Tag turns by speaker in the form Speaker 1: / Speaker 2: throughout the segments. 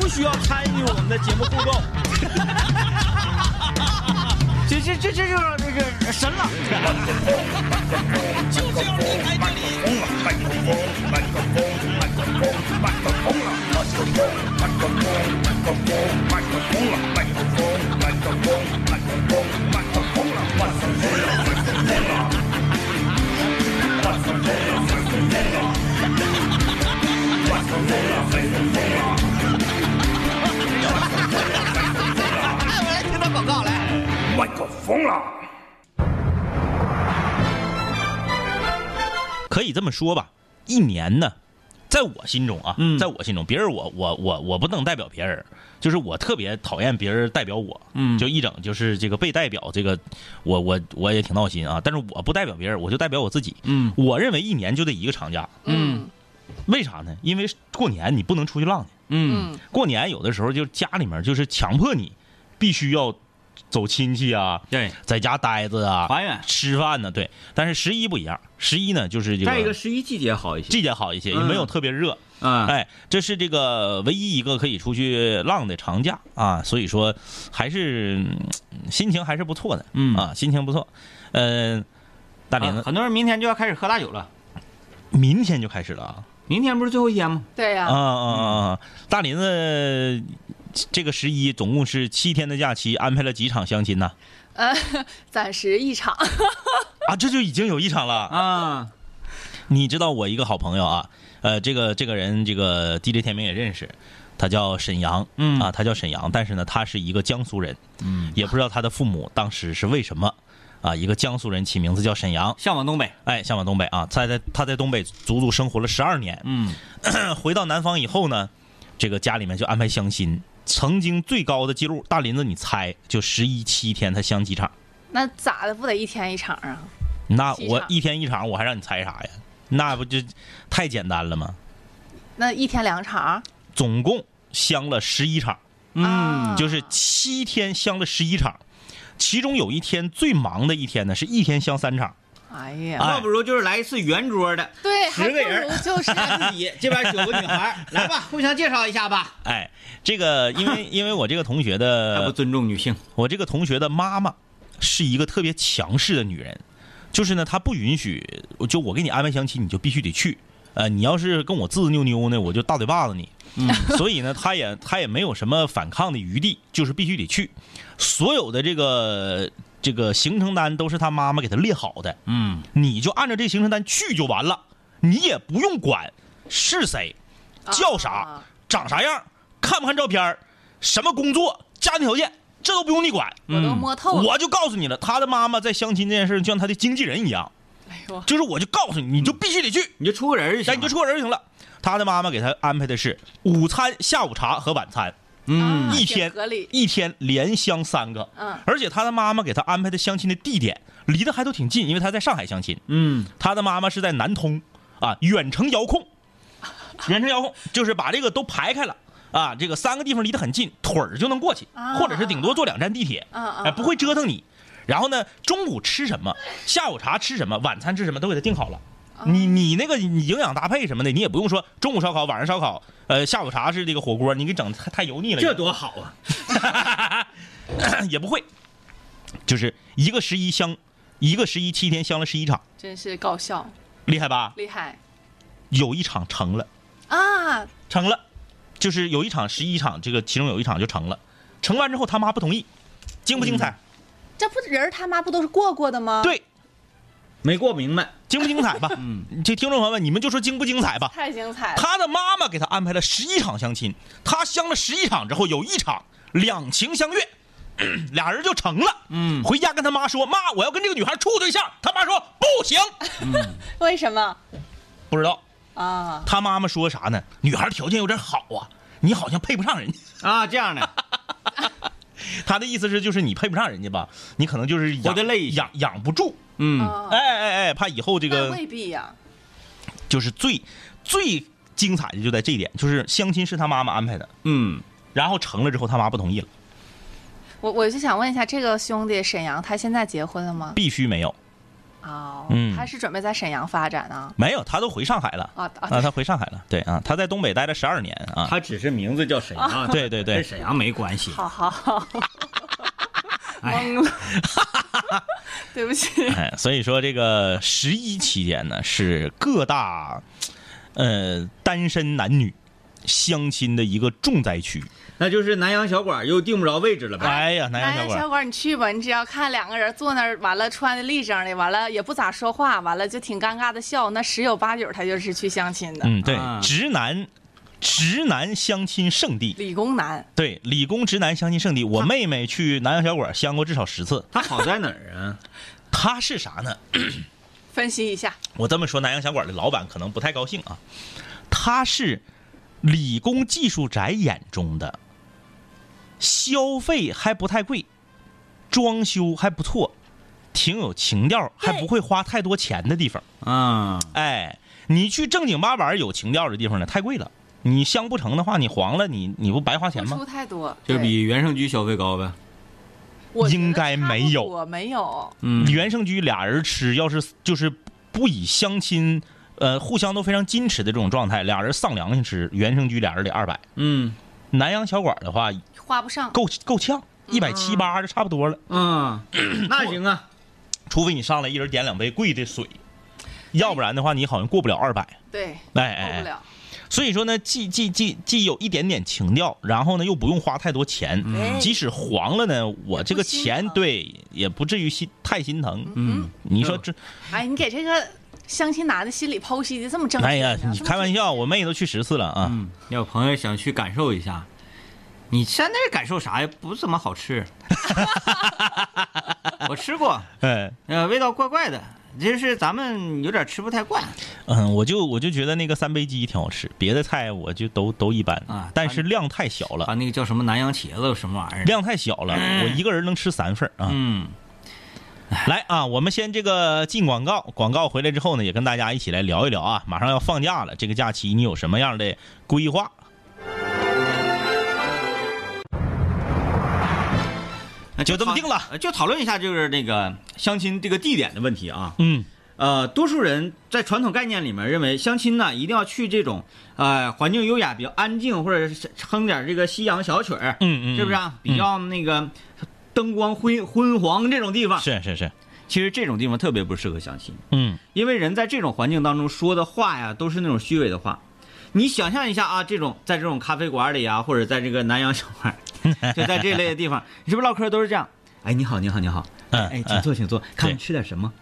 Speaker 1: 不需要参与我们的节目互动。
Speaker 2: 这这这这就是这个神了。
Speaker 1: 就是要离开这里。
Speaker 2: 哎，我来听段广告来。
Speaker 3: 麦克风了。
Speaker 1: 可以这么说吧，一年呢，在我心中啊，
Speaker 2: 嗯
Speaker 1: 在我心中，别人我我我我不能代表别人，就是我特别讨厌别人代表我，
Speaker 2: 嗯
Speaker 1: 就一整就是这个被代表，这个我我我也挺闹心啊，但是我不代表别人，我就代表我自己，
Speaker 2: 嗯
Speaker 1: 我认为一年就得一个长假，
Speaker 2: 嗯
Speaker 1: 为啥呢？因为过年你不能出去浪去，
Speaker 2: 嗯
Speaker 4: 嗯
Speaker 1: 过年有的时候就家里面就是强迫你必须要走亲戚啊，
Speaker 2: 对，
Speaker 1: 在家待着啊，
Speaker 2: 还原
Speaker 1: 吃饭呢，对，但是十一不一样，十一呢就是这个
Speaker 2: 再一个十一季节好一些。
Speaker 1: 季节好一些，也
Speaker 2: 嗯
Speaker 1: 没有特别热。
Speaker 2: 啊，
Speaker 1: 哎，这是这个唯一一个可以出去浪的长假啊，所以说还是嗯心情还是不错的，
Speaker 2: 嗯
Speaker 1: 啊，心情不错。嗯，大林
Speaker 2: 啊
Speaker 1: 子，
Speaker 2: 很多人明天就要开始喝大酒了。
Speaker 1: 明天就开始了啊
Speaker 2: 明天不是最后一天吗？
Speaker 4: 对呀、
Speaker 1: 啊啊啊！
Speaker 2: 嗯
Speaker 1: 啊大林子这个十一总共是七天的假期，安排了几场相亲呢？
Speaker 4: 呃， 暂时一场，
Speaker 1: 啊，这就已经有一场了。
Speaker 2: 啊，
Speaker 1: 你知道我一个好朋友啊，呃，这个这个人，这个 DJ 天明也认识，他叫沈阳，
Speaker 2: 嗯
Speaker 1: 啊，他叫沈阳，但是呢，他是一个江苏人，
Speaker 2: 嗯，
Speaker 1: 也不知道他的父母当时是为什么，啊，一个江苏人起名字叫沈阳，
Speaker 2: 向往东北。
Speaker 1: 哎，向往东北啊，在在他在东北足足生活了十二年，
Speaker 2: 嗯
Speaker 1: 回到南方以后呢，这个家里面就安排相亲，曾经最高的记录，大林子你猜，就十一七天他相几场？
Speaker 4: 那咋的不得一天一场啊？
Speaker 1: 那
Speaker 4: 七
Speaker 1: 我
Speaker 4: 场
Speaker 1: 一天一场，我还让你猜啥呀？那不就太简单了吗？
Speaker 4: 那一天两场？
Speaker 1: 总共相了十一场，
Speaker 2: 嗯
Speaker 4: 啊
Speaker 1: 就是七天相了十一场，其中有一天最忙的一天呢，是一天相三场。
Speaker 4: 哎呀，
Speaker 1: 哎
Speaker 2: 倒不如就是来一次圆桌的，
Speaker 4: 对，还
Speaker 2: 十
Speaker 4: 不
Speaker 2: 个人
Speaker 4: 如就 是啊
Speaker 2: 自 己这边九个女 孩，来吧，互相介绍一下吧。
Speaker 1: 哎，这个因为因为我这个同学
Speaker 2: 太不
Speaker 1: 的，
Speaker 2: 尊重女性。
Speaker 1: 我这个同学的妈妈是一个特别强势的女人，就是呢，她不允许，就我给你安排相亲，你就必须得去。呃，你要是跟我自自扭扭呢，我就大嘴巴子你。 所以呢，她也她也没有什么反抗的余地，就是必须得去。所有的这个这个行程单都是她妈妈给她列好的。
Speaker 2: 嗯
Speaker 1: 你就按照这行程单去就完了，你也不用管是谁、叫啥、
Speaker 4: 啊
Speaker 1: 长啥样、看不看照片儿、什么工作、家庭条件，这都不用你管。
Speaker 4: 我都摸透
Speaker 1: 嗯
Speaker 4: 了。啊
Speaker 1: 我就告诉你了，他的妈妈在相亲这件事就像他的经纪人一样，
Speaker 4: 哎呦，嗯啊
Speaker 1: 就是我就告诉你，你就必须得去，
Speaker 2: 你就出个人就行
Speaker 1: 哎，
Speaker 2: 了。
Speaker 1: 你就出个人就行了。他的妈妈给他安排的是午餐、下午茶和晚餐，
Speaker 2: 嗯
Speaker 4: 啊
Speaker 1: 一
Speaker 4: 挺
Speaker 1: 天
Speaker 4: 合理
Speaker 1: 一天连相三个，
Speaker 4: 嗯
Speaker 1: 而且他的妈妈给他安排的相亲的地点离得还都挺近，因为他在上海相亲，
Speaker 2: 嗯，
Speaker 1: 他的妈妈是在南通啊，远程遥 控，远程遥控就是把这个都排开了啊，这个三个地方离得很近，腿儿就能过去，
Speaker 4: 啊
Speaker 1: 或者是顶多坐两站地铁，
Speaker 4: 啊啊
Speaker 1: 哎，不会折腾你。然后呢，中午吃什么，下午茶吃什么，晚餐吃什么都给他定好了。
Speaker 4: 啊
Speaker 1: 你你那个你营养搭配什么的，你也不用说中午烧烤，晚上烧烤，呃，下午茶是这个火锅，你给整太太油腻了，
Speaker 2: 这多好啊！
Speaker 1: 也不会。就是一个十一相，一个十一七天相了十一场，
Speaker 4: 真是高效
Speaker 1: 厉害吧？
Speaker 4: 厉害
Speaker 1: 有一场成了。
Speaker 4: 啊！
Speaker 1: 成了，就是有一场十一场，这个其中有一场就成了。成完之后，他妈不同意，精不精彩？
Speaker 4: 这不人儿他妈不都是过过的吗？，
Speaker 1: 对，
Speaker 2: 没过明白，
Speaker 1: 精不精彩吧？这听众朋友们，你们就说精不精彩吧。
Speaker 4: 太精彩了。
Speaker 1: 他的妈妈给他安排了十一场相亲，他相了十一场之后，有一场两情相悦， 俩人就成了。
Speaker 2: 嗯
Speaker 1: 回家跟他妈说：“妈，我要跟这个女孩处对象。”他妈说：“不行，
Speaker 4: 为什么
Speaker 1: 不知道。
Speaker 4: 啊”？
Speaker 1: 他妈妈说啥呢？女孩条件有点好啊，你好像配不上人家。
Speaker 2: 啊，这样的，
Speaker 1: 他的意思是，就是你配不上人家吧，你可能就是
Speaker 2: 活
Speaker 1: 养
Speaker 2: 得累一些
Speaker 1: 养养不住。
Speaker 2: 嗯，
Speaker 4: 啊
Speaker 1: 哎哎哎，怕以后这
Speaker 4: 那
Speaker 1: 个
Speaker 4: 未必呀、
Speaker 1: 就是最最精彩的就在这一点，就是相亲是他妈妈安排的，
Speaker 2: 嗯，
Speaker 1: 然后成了之后他妈不同意了，
Speaker 4: 我我就想问一下，这个兄弟沈阳他现在结婚了吗？
Speaker 1: 必须没有。
Speaker 4: 哦，
Speaker 1: 嗯
Speaker 4: 他是准备在沈阳发展啊？
Speaker 1: 没有，他都回上海了
Speaker 4: 啊啊
Speaker 1: 啊，他回上海了，对啊，他在东北待了十二年啊，
Speaker 2: 他只是名字叫沈阳，啊
Speaker 1: 对对对
Speaker 2: 跟沈阳没关系。
Speaker 4: 好好好，
Speaker 2: 哎
Speaker 4: 懵了， 对不起。
Speaker 1: 哎，所以说这个十一期间呢，是各大呃单身男女相亲的一个重灾区。
Speaker 2: 那就是南阳小馆又定不着位置了呗。
Speaker 1: 哎呀，南
Speaker 4: 南
Speaker 1: 阳小
Speaker 4: 阳
Speaker 1: 馆
Speaker 4: 小
Speaker 1: 儿，
Speaker 4: 馆，你去吧，你只要看两个人坐那儿，完了穿的立正的，完了也不咋说话，完了就挺尴尬的笑，那十有八九他就是去相亲的，
Speaker 1: 嗯，对
Speaker 2: 啊，
Speaker 1: 直男直男相亲圣地，
Speaker 4: 理工男。
Speaker 1: 对，理工直男相亲圣地。我妹妹去南阳小馆儿相过至少十次。
Speaker 2: 他好在哪儿啊？
Speaker 1: 她是啥呢？
Speaker 4: 分析一下，
Speaker 1: 我这么说，南阳小馆的老板可能不太高兴啊。他是理工技术宅眼中的，消费还不太贵，装修还不错，挺有情调，还不会花太多钱的地方。
Speaker 2: 啊，
Speaker 1: 哎，你去正经八板有情调的地方呢，太贵了。你相不成的话，你黄了，你你不白花
Speaker 4: 付
Speaker 1: 钱吗
Speaker 4: 出？太多，
Speaker 2: 就
Speaker 4: 对
Speaker 2: 比原生居消费高呗。
Speaker 4: 我觉得
Speaker 1: 应该没有
Speaker 4: 差不多没有，
Speaker 2: 嗯，
Speaker 1: 原生居俩人吃，要是就是不以相亲，呃，互相都非常矜持的这种状态，俩人丧良心吃，原生居俩人得二百。
Speaker 2: 嗯
Speaker 1: 南阳小馆的话，
Speaker 4: 花不上。
Speaker 1: 够够呛，
Speaker 4: 嗯
Speaker 1: 一百七八就差不多了。
Speaker 2: 啊，那行啊，
Speaker 1: 除非你上来一人点两杯贵的水，要不然的话你好像过不了二百。
Speaker 4: 对，
Speaker 1: 哎
Speaker 4: 过
Speaker 1: 哎
Speaker 4: 不
Speaker 1: 哎，
Speaker 4: 了。
Speaker 1: 所以说呢，既既既既有一点点情调，然后呢又不用花太多钱，
Speaker 4: 哎
Speaker 1: 即使黄了呢，我这个钱
Speaker 4: 也不心疼
Speaker 1: 对也不至于心太心疼。
Speaker 2: 嗯，
Speaker 1: 你说这，
Speaker 4: 哎，你给这个相亲男的心理剖析的这么正确呢，
Speaker 1: 哎呀，你
Speaker 4: 这么
Speaker 1: 开玩笑，我妹都去十次了啊。
Speaker 2: 嗯，要朋友想去感受一下，你上那儿感受啥呀？不怎么好 吃。我吃过，
Speaker 1: 哎，
Speaker 2: 呃，味道怪怪的，就是咱们有点吃不太惯。
Speaker 1: 嗯，我就我就觉得那个三杯鸡挺好吃，别的菜我就都都一般
Speaker 2: 啊，
Speaker 1: 但是量太小了
Speaker 2: 啊，，那个叫什么南洋茄子什么玩意儿？
Speaker 1: 量太小了，我一个人能吃三份儿啊。
Speaker 2: 嗯，
Speaker 1: 来啊，我们先这个进广告，广告回来之后呢，也跟大家一起来聊一聊啊。马上要放假了，这个假期你有什么样的规划？
Speaker 2: 那
Speaker 1: 就这么
Speaker 2: 讨
Speaker 1: 定了
Speaker 2: 呃就讨论一下就是那个相亲这个地点的问题啊。
Speaker 1: 嗯，
Speaker 2: 呃，多数人在传统概念里面认为相亲呢一定要去这种呃环境优雅、比较安静，或者是哼点这个西洋小曲儿，
Speaker 1: 嗯嗯
Speaker 2: 是不是啊？比较那个灯光昏昏黄这种地方，
Speaker 1: 啊是是是，
Speaker 2: 其实这种地方特别不适合相亲，
Speaker 1: 嗯
Speaker 2: 因为人在这种环境当中说的话呀，都是那种虚伪的话。你想象一下啊，这种在这种咖啡馆里啊，或者在这个南洋小馆儿，就在这类的地方，你是不是唠嗑都是这样？哎，你好，你好，你好，
Speaker 1: 嗯
Speaker 2: 哎，请坐，请坐，看看吃点什么。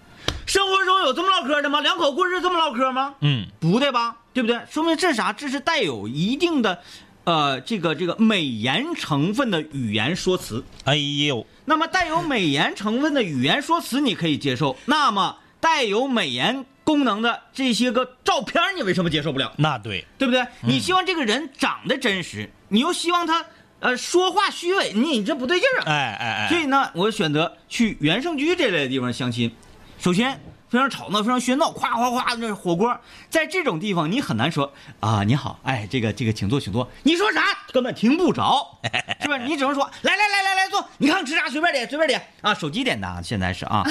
Speaker 2: 生活中有这么唠嗑的吗？两口过日子这么唠嗑吗？
Speaker 1: 嗯，
Speaker 2: 不对吧？对不对？说明这啥？这是带有一定的，呃，这个这个美颜成分的语言说辞。
Speaker 1: 哎呦，
Speaker 2: 那么带有美颜成分的语言说辞你可以接受，那么带有美颜功能的这些个照片儿你为什么接受不了？
Speaker 1: 那对，
Speaker 2: 对不对？你希望这个人长得真实，你又希望他呃说话虚伪，你你这不对劲儿啊。
Speaker 1: 哎哎
Speaker 2: 所
Speaker 1: 哎，
Speaker 2: 以呢，我选择去原生居这类的地方相亲。首先非常吵闹，非常喧闹，夸夸夸，那火锅，在这种地方你很难说啊，你好，哎，这个这个，请坐，请坐。你说啥根本听不 着，是吧？你只能说来来来来来坐，你看吃啥随便点，随便点啊，手机点的啊现在是啊，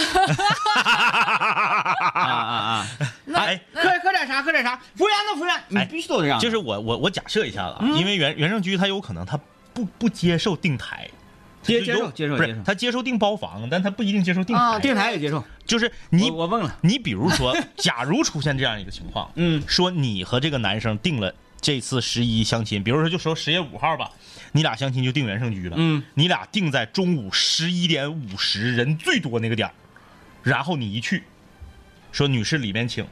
Speaker 2: 啊啊啊，
Speaker 1: 哎，
Speaker 2: 喝喝点啥喝点啥，服务员呢服务员，你
Speaker 1: 哎
Speaker 2: 必须都这样，嗯
Speaker 1: 就是我我我假设一下子啊，因为原原生居他有可能他不不接受定台。
Speaker 2: 接
Speaker 1: 他就
Speaker 2: 接受
Speaker 1: 有
Speaker 2: 接受
Speaker 1: 不
Speaker 2: 接
Speaker 1: 是
Speaker 2: 受哦
Speaker 1: 他接受定包房，但他不一定接受定
Speaker 4: 啊
Speaker 1: 台。
Speaker 4: 对
Speaker 2: 电台也接受。
Speaker 1: 就是你
Speaker 2: 我我问了，
Speaker 1: 你比如说，假如出现这样一个情况，
Speaker 2: 嗯
Speaker 1: 说你和这个男生定了这次十一相亲，比如说就说十月五号吧，你俩相亲就定原生居了，
Speaker 2: 嗯，
Speaker 1: 你俩定在中午十一点五十人最多那个点儿，然后你一去，说女士里面请，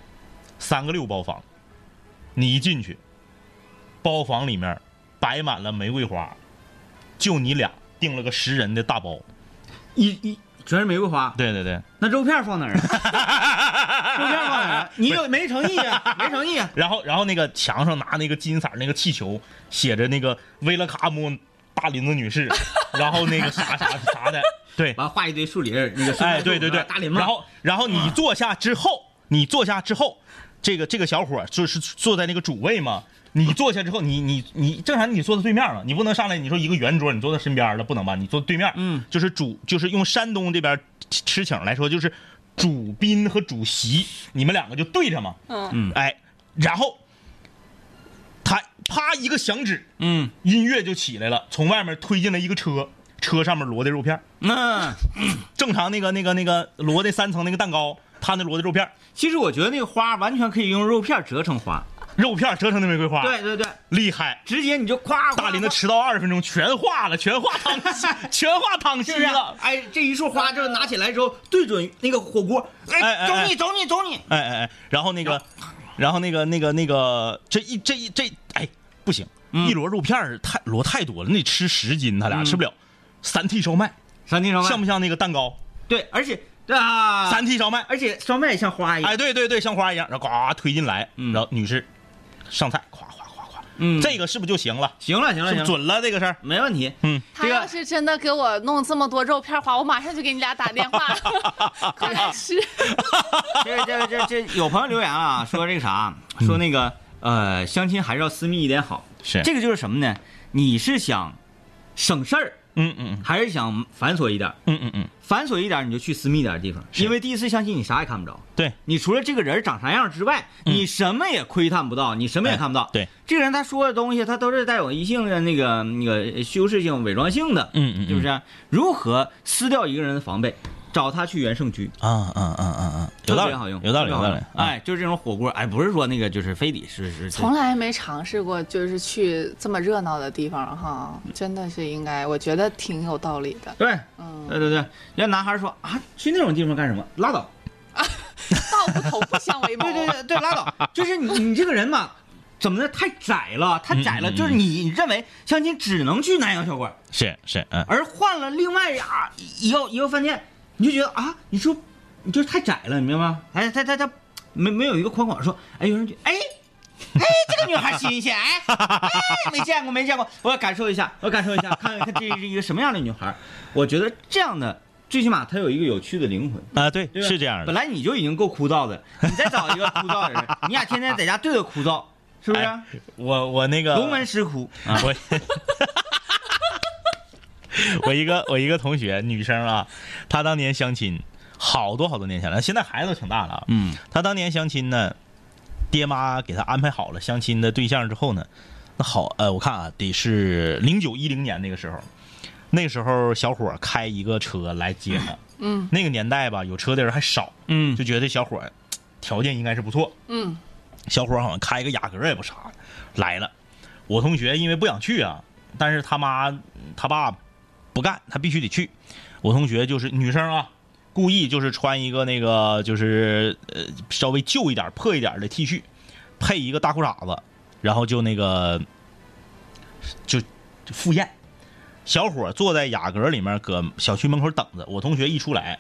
Speaker 1: 三个六包房，你一进去，包房里面摆满了玫瑰花，就你俩订了个十人的大包，
Speaker 2: 一一全是玫瑰花，
Speaker 1: 对对对，
Speaker 2: 那肉片儿放哪 儿啊？肉片儿放哪儿啊？你有没诚意啊？没诚意啊！
Speaker 1: 然后然后那个墙上拿那个金色儿那个气球，写着那个维拉卡姆大林子女士， 然后那个啥啥啥的，对，
Speaker 2: 完画一堆树林儿，那个树
Speaker 1: 哎
Speaker 2: 木
Speaker 1: 对对对，
Speaker 2: 大啊林嘛。
Speaker 1: 然后然后你坐下之后，你坐下之后，这个这个小伙儿就是坐在那个主位嘛。你坐下之后，你你你正常你坐在对面嘛，你不能上来你说一个圆桌，你坐在身边了不能吧？你坐对面，
Speaker 2: 嗯，
Speaker 1: 就是主就是用山东这边吃请来说，就是主宾和主席，你们两个就对上嘛，
Speaker 4: 嗯，
Speaker 1: 哎，然后他啪一个响指，
Speaker 2: 嗯，
Speaker 1: 音乐就起来了，从外面推进来一个车，车上面摞的肉片儿，
Speaker 2: 那
Speaker 1: 正常那个那个那个摞的三层那个蛋糕，他那摞的肉片儿，
Speaker 2: 其实我觉得那个花完全可以用肉片折成花。
Speaker 1: 肉片儿折成的玫瑰花，
Speaker 2: 对，对对，
Speaker 1: 厉害。
Speaker 2: 直接你就夸
Speaker 1: 大林的迟到二十分钟全化了，全化汤稀，全化汤稀
Speaker 2: 是不是
Speaker 1: 了？。
Speaker 2: 哎，这一束花就是拿起来之后对准那个火锅，
Speaker 1: 哎哎
Speaker 2: 哎，走你走你走你，
Speaker 1: 哎哎哎，然后那个，然后那个那个那个，这一这一这哎不行，
Speaker 2: 嗯
Speaker 1: 一摞肉片儿太摞太多了，那得吃十斤，他俩吃不了。三屉烧麦
Speaker 2: 山嗯地烧
Speaker 1: 像不像那个蛋糕？
Speaker 2: 对，而且啊，
Speaker 1: 三屉烧麦，
Speaker 2: 而且烧麦也像花一样，
Speaker 1: 哎，对对对，像花一样，然后呱推进来，
Speaker 2: 嗯
Speaker 1: 然后女士上菜，咵咵咵咵，
Speaker 2: 嗯
Speaker 1: 这个是不是就行了？
Speaker 2: 行了行
Speaker 1: 是
Speaker 2: 了
Speaker 1: 不
Speaker 2: 行
Speaker 1: 是
Speaker 2: 了，
Speaker 1: 准了这个事儿？
Speaker 2: 没问题，
Speaker 1: 嗯，
Speaker 4: 他要是真的给我弄这么多肉片花，我马上就给你俩打电话，快来吃。
Speaker 2: 这这这这有朋友留言啊，说这个啥，
Speaker 1: 嗯
Speaker 2: 说那个呃，相亲还是要私密一点好，
Speaker 1: 是
Speaker 2: 这个就是什么呢？你是想省事儿，
Speaker 1: 嗯嗯
Speaker 2: 还是想繁琐一点儿？
Speaker 1: 嗯嗯嗯，
Speaker 2: 繁琐一点儿你就去私密点儿的地方，
Speaker 1: 是
Speaker 2: 因为第一次相亲你啥也看不着。
Speaker 1: 对，嗯
Speaker 2: 你除了这个人长啥样之外，你什么也窥探不到，你什么也看不到。
Speaker 1: 哎对，
Speaker 2: 这个人他说的东西，他都是带有一性的那个那个修饰性、伪装性的，
Speaker 1: 嗯嗯嗯
Speaker 2: 是不是？如何撕掉一个人的防备？找他去原胜居，
Speaker 1: 啊啊啊啊啊，有
Speaker 2: 特
Speaker 1: 道
Speaker 2: 别
Speaker 1: 理，
Speaker 2: 好用，
Speaker 1: 有道
Speaker 2: 特
Speaker 1: 理，
Speaker 2: 别
Speaker 1: 有
Speaker 2: 好
Speaker 1: 道
Speaker 2: 用
Speaker 1: 理。啊
Speaker 2: 哎，就是这种火锅，哎，不是说那个，就是非得是是。是
Speaker 4: 从来没尝试过，就是去这么热闹的地方哈，真的是应该，我觉得挺有道理的。
Speaker 2: 对，
Speaker 4: 嗯，
Speaker 2: 对对对，人家男孩说啊，去那种地方干什么？拉倒。
Speaker 4: 道不同不相为谋。啊
Speaker 2: 对对对对，拉 倒。就是你你这个人嘛，怎么的太窄了，太窄了。
Speaker 1: 嗯嗯嗯
Speaker 2: 就是你认为相亲只能去南阳小馆，
Speaker 1: 是是，嗯，
Speaker 2: 而换了另外啊一个一个饭店，你就觉得啊，你说你就是太窄了，你明白吗？哎，他他他没没有一个宽广说，哎，有人觉得哎。哎，这个女孩新鲜，哎，哎没见过，没见过，我要感受一下，我要感受一下，看看这是一个什么样的女孩。我觉得这样的，最起码她有一个有趣的灵魂。
Speaker 1: 啊，对，
Speaker 2: 对吧
Speaker 1: 是这样的
Speaker 2: 本。来你就已经够枯燥的，你再找一个枯燥的人，你俩天天在家对着枯燥，是不是？
Speaker 1: 哎呃我我那个
Speaker 2: 龙门石窟啊，
Speaker 1: 我我一个我一个同学，女生啊，她当年相亲，好多好多年前了，现在孩子都挺大了啊。
Speaker 2: 嗯
Speaker 1: 她当年相亲呢，爹妈给她安排好了相亲的对象之后呢，那好呃，我看啊，得是零九一零年那个时候，那时候小伙儿开一个车来接她。
Speaker 4: 嗯
Speaker 1: 那个年代吧，有车的人还少，
Speaker 2: 嗯
Speaker 1: 就觉得小伙儿条件应该是不错。
Speaker 4: 嗯，
Speaker 1: 小伙儿好像开个雅阁也不啥，来了。我同学因为不想去啊，但是他妈他爸不干，他必须得去。我同学就是女生啊，故意就是穿一个那个就是呃稍微旧一点、破一点的 T 恤，配一个大裤衩子，然后就那个就就赴宴。小伙儿坐在雅阁里面，搁小区门口等着。我同学一出来，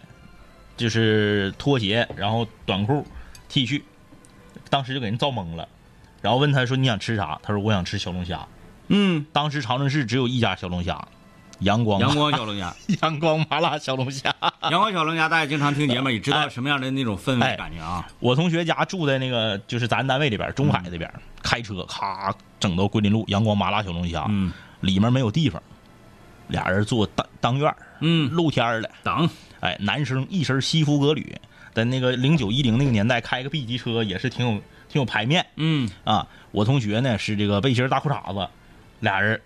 Speaker 1: 就是拖鞋，然后短裤、T 恤，当时就给人造懵了，然后问他说你想吃啥？他说我想吃小龙虾。
Speaker 2: 嗯，
Speaker 1: 当时长春市只有一家小龙虾，阳 光
Speaker 2: 阳光小龙虾，
Speaker 1: 阳光麻辣小龙虾。
Speaker 2: 阳光小龙虾，大家经常听节目，也知道什么样的那种氛围感觉啊。
Speaker 1: 我同学家住在那个就是咱单位里边中海那边，开车咔整到桂林路阳光麻辣小龙虾，
Speaker 2: 嗯
Speaker 1: 里面没有地方，俩人坐当当院儿
Speaker 2: 嗯，
Speaker 1: 露天儿的，
Speaker 2: 等
Speaker 1: 哎，男生一身西服革履，在那个零九一零那个年代开个 B 级车也是挺有挺有排面。
Speaker 2: 嗯
Speaker 1: 啊，我同学呢是这个背心儿大裤衩子，俩人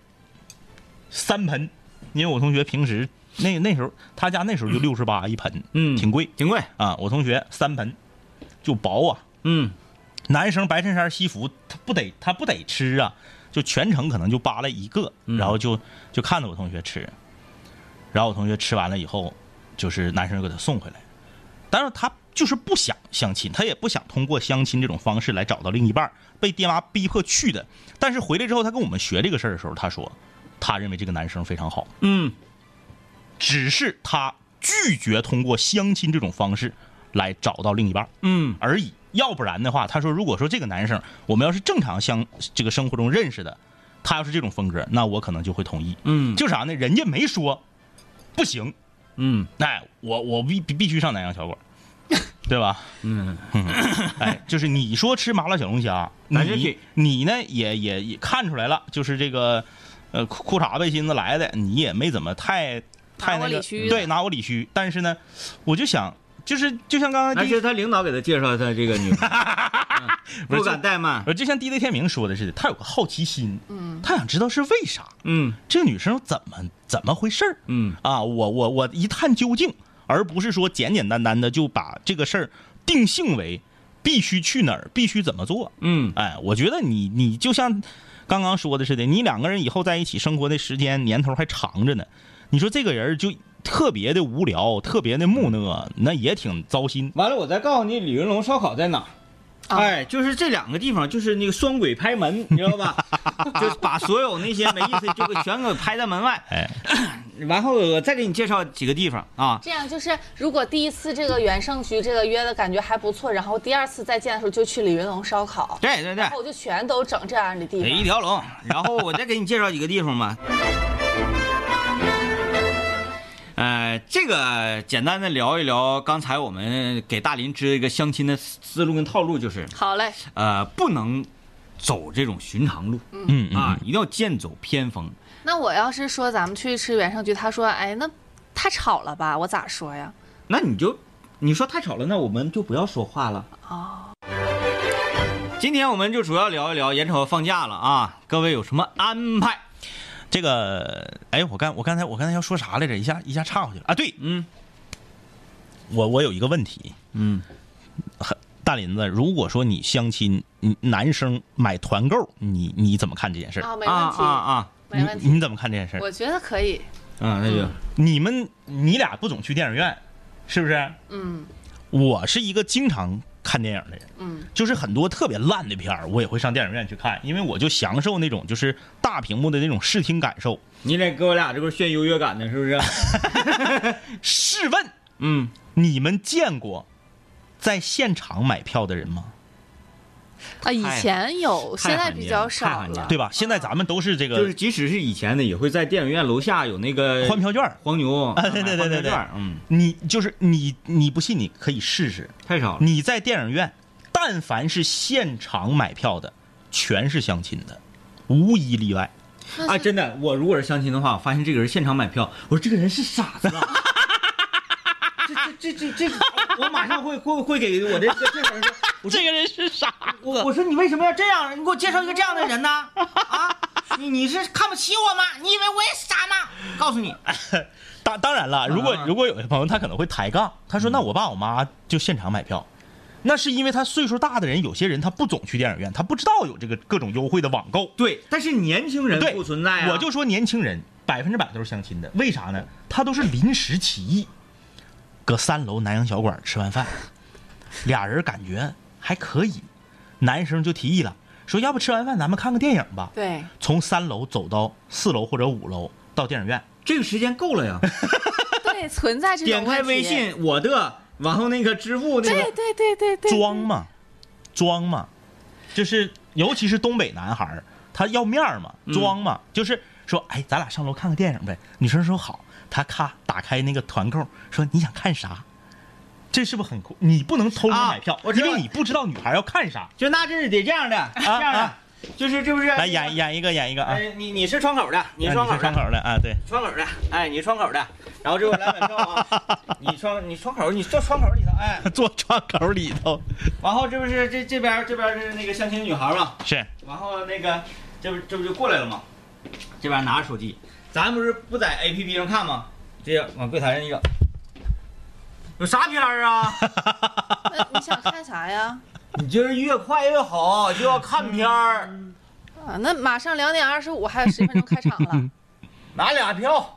Speaker 1: 三盆，因为我同学平时那那时候他家那时候就六十八一盆，
Speaker 2: 嗯，
Speaker 1: 挺贵
Speaker 2: 挺贵，
Speaker 1: 啊。我同学三盆，就薄啊。
Speaker 2: 嗯
Speaker 1: 男生白衬衫西服，他不得他不得吃啊，就全程可能就扒拉一个，
Speaker 2: 嗯
Speaker 1: 然后就就看着我同学吃，然后我同学吃完了以后，就是男生就给他送回来，但是他就是不想相亲，他也不想通过相亲这种方式来找到另一半儿，被爹妈逼迫去的。但是回来之后，他跟我们学这个事儿的时候，他说他认为这个男生非常好，
Speaker 2: 嗯，
Speaker 1: 只是他拒绝通过相亲这种方式来找到另一半儿。
Speaker 2: 嗯
Speaker 1: 而已。要不然的话，他说，如果说这个男生我们要是正常相这个生活中认识的，他要是这种风格，那我可能就会同意。
Speaker 2: 嗯
Speaker 1: 就啥呢？人家没说不行，
Speaker 2: 嗯
Speaker 1: 哎，我我必必必须上南阳小馆，对吧？
Speaker 2: 嗯，
Speaker 1: 哎，就是你说吃麻辣小龙虾，
Speaker 2: 咱就
Speaker 1: 你
Speaker 2: 去
Speaker 1: 你呢也也也看出来了，就是这个呃裤裤衩背心子来的，你也没怎么太太
Speaker 4: 拿我
Speaker 1: 那个
Speaker 4: 理虚的
Speaker 1: 对拿我理虚，但是呢，我就想就是就像刚刚
Speaker 2: 而
Speaker 1: 第一
Speaker 2: 且他领导给他介绍他这个女朋友，嗯
Speaker 1: 不是
Speaker 2: 不敢怠慢。
Speaker 1: 呃，就像 DJ 天明说的似的，他有个好奇心，嗯，他想知道是为啥
Speaker 2: 嗯
Speaker 1: 这个女生怎么怎么回事儿，
Speaker 2: 嗯
Speaker 1: 啊，我我我一探究竟，而不是说简简单单的就把这个事儿定性为必须去哪儿，必须怎么做。
Speaker 2: 嗯
Speaker 1: 哎，我觉得你你就像刚刚说的似的，你两个人以后在一起生活的时间年头还长着呢，你说这个人就特别的无聊，特别的木讷，那也挺糟心。
Speaker 2: 完了，我再告诉你李云龙烧烤在哪儿。
Speaker 4: 啊
Speaker 2: 哎，就是这两个地方，就是那个双轨拍门，你知道吧？就是把所有那些没意思就给全给拍在门外。
Speaker 1: 哎，
Speaker 2: 然后我再给你介绍几个地方啊。
Speaker 4: 这样就是，如果第一次这个原盛局这个约的感觉还不错，然后第二次再见的时候就去李云龙烧烤，
Speaker 2: 对哎对对
Speaker 4: 然后，我就全都整这样的地
Speaker 2: 一
Speaker 4: 方。
Speaker 2: 条龙。 然后我再给你介绍几个地方吧。呃，这个简单的聊一聊，刚才我们给大林支一个相亲的思路跟套路，就是
Speaker 4: 好嘞，
Speaker 2: 呃，不能走这种寻常路
Speaker 1: 嗯嗯
Speaker 2: 啊，一定要剑走偏锋。
Speaker 4: 那我要是说咱们去吃原盛局，他说哎那太吵了吧，我咋说呀？
Speaker 2: 那你就你说太吵了，那我们就不要说话了。
Speaker 4: 哦，
Speaker 2: 今天我们就主要聊一聊，眼瞅放假了啊，各位有什么安排？
Speaker 1: 这个，哎，我刚我刚才我刚才要说啥来着？一下一下岔过去了啊！对
Speaker 2: 嗯
Speaker 1: 我我有一个问题，
Speaker 2: 嗯，
Speaker 1: 大林子，如果说你相亲，你男生买团购，你你怎么看这件事儿？
Speaker 4: 啊没
Speaker 2: 啊
Speaker 4: 问题，
Speaker 2: 啊啊，
Speaker 4: 没问
Speaker 1: 你
Speaker 4: 题，
Speaker 1: 你怎么看这件事儿？
Speaker 4: 我觉得可以。
Speaker 2: 嗯，那就
Speaker 1: 你们你俩不总去电影院，是不是？
Speaker 4: 嗯
Speaker 1: 我是一个经常看电影的人，
Speaker 4: 嗯，
Speaker 1: 就是很多特别烂的片儿，我也会上电影院去看，因为我就享受那种就是大屏幕的那种视听感受。
Speaker 2: 你得给我俩这块炫优越感呢，是不是？
Speaker 1: 试问
Speaker 2: 嗯，
Speaker 1: 你们见过在现场买票的人吗？
Speaker 4: 啊，以前有，
Speaker 2: 太
Speaker 4: 现在比较少
Speaker 2: 太罕见
Speaker 4: 了
Speaker 2: 了。
Speaker 1: 对吧？现在咱们都啊是这
Speaker 2: 就
Speaker 1: 个
Speaker 2: 是即使是以前的，也会在电影院楼下有那 个
Speaker 1: 换票券儿，
Speaker 2: 黄牛啊
Speaker 1: 对对对对对
Speaker 2: 嗯，
Speaker 1: 你就是你你不信你可以试试，
Speaker 2: 太少了。
Speaker 1: 你在电影院，但凡是现场买票的，全是相亲的，无一例外。
Speaker 4: 那是
Speaker 2: 啊，真的，我如果是相亲的话，我发现这个人现场买票，我说这个人是傻子 啊。这这这这这，我马上会会会给我这这这个人说，
Speaker 1: 这个人是傻
Speaker 2: 我我说你为什么要这样？你给我介绍一个这样的 人呢？啊，你你是看不起我吗？你以为我也傻吗？告诉你，
Speaker 1: 哎当当然了，如果
Speaker 2: 啊
Speaker 1: 如果有些朋友他可能会抬杠，他说那我爸我妈就现场买票，那是因为他岁数大的人，有些人他不总去电影院，他不知道有这个各种优惠的网购。
Speaker 2: 对，但是年轻人
Speaker 1: 对，
Speaker 2: 不存在啊。
Speaker 1: 我就说年轻人百分之百都是相亲的，为啥呢？他都是临时起意，搁三楼南洋小馆吃完饭，俩人感觉还可以，男生就提议了，说要不吃完饭咱们看个电影吧。
Speaker 4: 对，
Speaker 1: 从三楼走到四楼或者五楼到电影院，
Speaker 2: 这个时间够了呀。
Speaker 4: 对，存在这种
Speaker 2: 点开
Speaker 4: 问题
Speaker 2: 微，信，我的，然后那个支付那
Speaker 4: 对
Speaker 2: 个，
Speaker 4: 对对对对，
Speaker 1: 装嘛，装嘛，就是尤其是东北男孩儿，他要面儿嘛，
Speaker 2: 嗯
Speaker 1: 装嘛，就是说，哎，咱俩上楼看个电影呗。女生说好，他咔打开那个团购，说你想看啥？这是不是很酷？你不能偷摸
Speaker 2: 啊
Speaker 1: 买票，
Speaker 2: 我知
Speaker 1: 因
Speaker 2: 道
Speaker 1: 为你不知道女孩要看啥。
Speaker 2: 就那这是得这样的，这样的
Speaker 1: 啊，
Speaker 2: 就是这不是
Speaker 1: 来
Speaker 2: 来
Speaker 1: 演演一个，演一个啊！
Speaker 2: 哎，你你是窗口的，你
Speaker 1: 啊
Speaker 2: 是窗口
Speaker 1: 是窗
Speaker 2: 的，
Speaker 1: 口的啊，对，
Speaker 2: 窗口的，哎，你是窗口的，然后这我来买票 啊，你窗你窗口，你坐窗口里头，哎，
Speaker 1: 坐窗口里头
Speaker 2: 然后这不是这这边这边是那个相亲女孩嘛，
Speaker 1: 是
Speaker 2: 然后那个这不这不就过来了吗？这边拿着手机，咱不是不在 A P P 上看吗？这样往柜台上一个，有啥片儿啊？
Speaker 4: 那你想看啥呀？
Speaker 2: 你就是越快越好，就要看片儿，
Speaker 4: 啊，那马上两点二十五，还有十分钟开场 了。
Speaker 2: 拿俩票。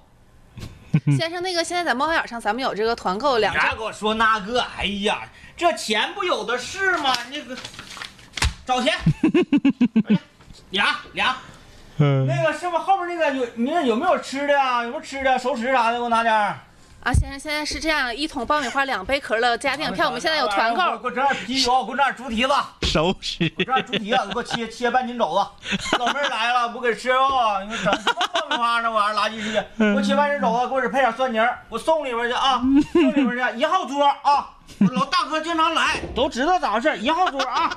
Speaker 4: 先生，那个现在在猫眼上，咱们有这个团购两
Speaker 2: 你还跟我说那个？哎呀，这钱不有的是吗？那个找钱，哎呀俩俩，
Speaker 1: 嗯
Speaker 2: 那个是不是后面那个有你那有没有吃的啊？有没有吃的熟食啥的？给我拿点儿。
Speaker 4: 啊，先生，现在是这样，一桶爆米花，两杯可乐
Speaker 2: 啊
Speaker 4: 加电影票，我们现在有团
Speaker 2: 给我
Speaker 4: 购。
Speaker 2: 给我整点啤酒，给我整点猪蹄子，
Speaker 1: 收拾
Speaker 2: 给我整点猪蹄子，给我切切半斤肘子。老妹儿来了，不给吃啊？你说整什么爆米花那玩意儿垃圾食品？给我切半斤肘子，给我只配点蒜泥儿，我送里边去啊，送里边去，一号桌啊。我老大哥经常来，都知道咋回事，一号桌啊。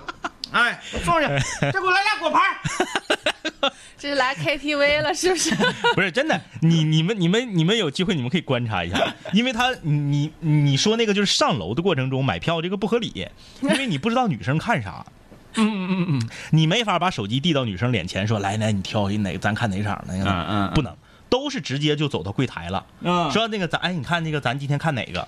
Speaker 2: 哎，我送去，再给我来俩果盘儿。
Speaker 4: 这是来 KTV 了是不 是？
Speaker 1: 不是真的，你你们你们你们有机会你们可以观察一下，因为他你你你说那个就是上楼的过程中买票这个不合理，因为你不知道女生看啥。嗯嗯嗯嗯，你没法把手机递到女生脸前说来来你挑哪个咱看哪场那个，
Speaker 2: 嗯嗯嗯
Speaker 1: 不能，都是直接就走到柜台了，
Speaker 2: 嗯
Speaker 1: 说那个咱哎你看那个咱今天看哪个。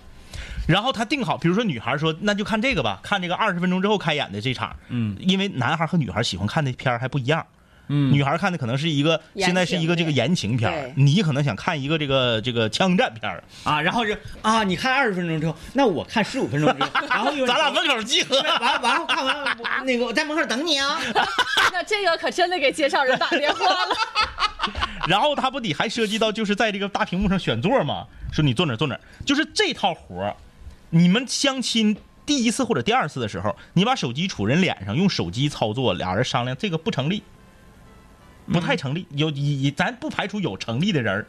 Speaker 1: 然后他定好，比如说女孩说，那就看这个吧，看这个二十分钟之后开演的这场，
Speaker 2: 嗯
Speaker 1: 因为男孩和女孩喜欢看的片儿还不一样，
Speaker 2: 嗯
Speaker 1: 女孩看的可能是一个
Speaker 4: 言
Speaker 1: 现在是一个这个
Speaker 4: 情
Speaker 1: 言情片儿
Speaker 4: 对
Speaker 1: 你可能想看一个这个这个枪战片儿
Speaker 2: 啊，然后是啊，你看二十分钟之后，那我看十五分钟之后，然后有人
Speaker 1: 咱俩门口集合。
Speaker 2: 完完了看完了，我啊那个我在门口等你啊。
Speaker 4: 那这个可真的给介绍人打电话了。
Speaker 1: 然后他不得还涉及到就是在这个大屏幕上选座吗？说你坐哪儿坐哪儿，就是这套活儿。你们相亲第一次或者第二次的时候，你把手机杵人脸上，用手机操作，俩人商量，这个不成立，不太成立。有以咱不排除有成立的人儿，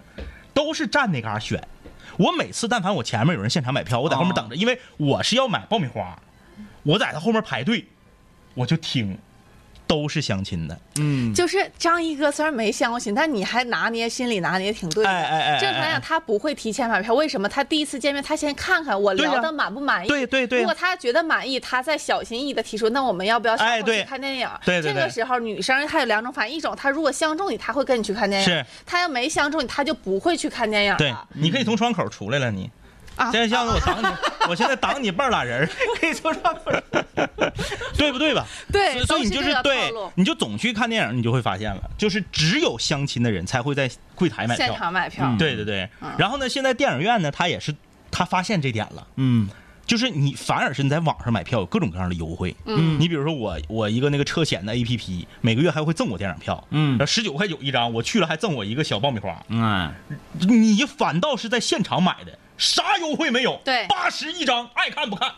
Speaker 1: 都是站那嘎儿选。我每次但凡我前面有人现场买票，我在后面等着，因为我是要买爆米花，我在他后面排队，我就听，都是相亲的。
Speaker 2: 嗯，
Speaker 4: 就是张一哥虽然没相过亲，但你还拿捏心里拿捏挺对的。
Speaker 1: 哎哎哎哎
Speaker 4: 正常来讲他不会提前买票，为什么？他第一次见面，他先看看我
Speaker 1: 对
Speaker 4: 聊
Speaker 1: 呀
Speaker 4: 的满不满意。
Speaker 1: 对对对
Speaker 4: 如果他觉得满意，他再小心翼翼的提出，那我们要不要
Speaker 1: 哎
Speaker 4: 相互
Speaker 1: 对
Speaker 4: 去看电影？
Speaker 1: 对对
Speaker 4: 这个
Speaker 1: 对
Speaker 4: 时候女生还有两种反应，一种她如果相中你，她会跟你去看电影；
Speaker 1: 是
Speaker 4: 她要没相中你，她就不会去看电影了。
Speaker 1: 对，你可以从窗口出来了，你。
Speaker 4: 嗯啊
Speaker 1: 现在像我挡你， 我现在挡你半拉人 儿，
Speaker 2: 可以从窗口。
Speaker 1: 对不对吧？
Speaker 4: 对
Speaker 1: 所以所以你就
Speaker 4: 都是这个
Speaker 1: 对
Speaker 4: 套路，
Speaker 1: 你就总去看电影，你就会发现了，就是只有相亲的人才会在柜台买
Speaker 4: 现
Speaker 1: 票。
Speaker 4: 场买票。
Speaker 1: 对对对。
Speaker 4: 嗯
Speaker 1: 然后呢，现在电影院呢，他也是他发现这点了。
Speaker 2: 嗯
Speaker 1: 就是你反而是你在网上买票有各种各样的优惠，嗯，你比如说我我一个那个车险的 A P P，每个月还会赠我电影票，
Speaker 2: 嗯
Speaker 1: 十九块九一张，我去了还赠我一个小爆米花，
Speaker 4: 哎
Speaker 2: 嗯，
Speaker 1: 你反倒是在现场买的，啥优惠没有，
Speaker 4: 对
Speaker 1: 八十一张，爱看不看，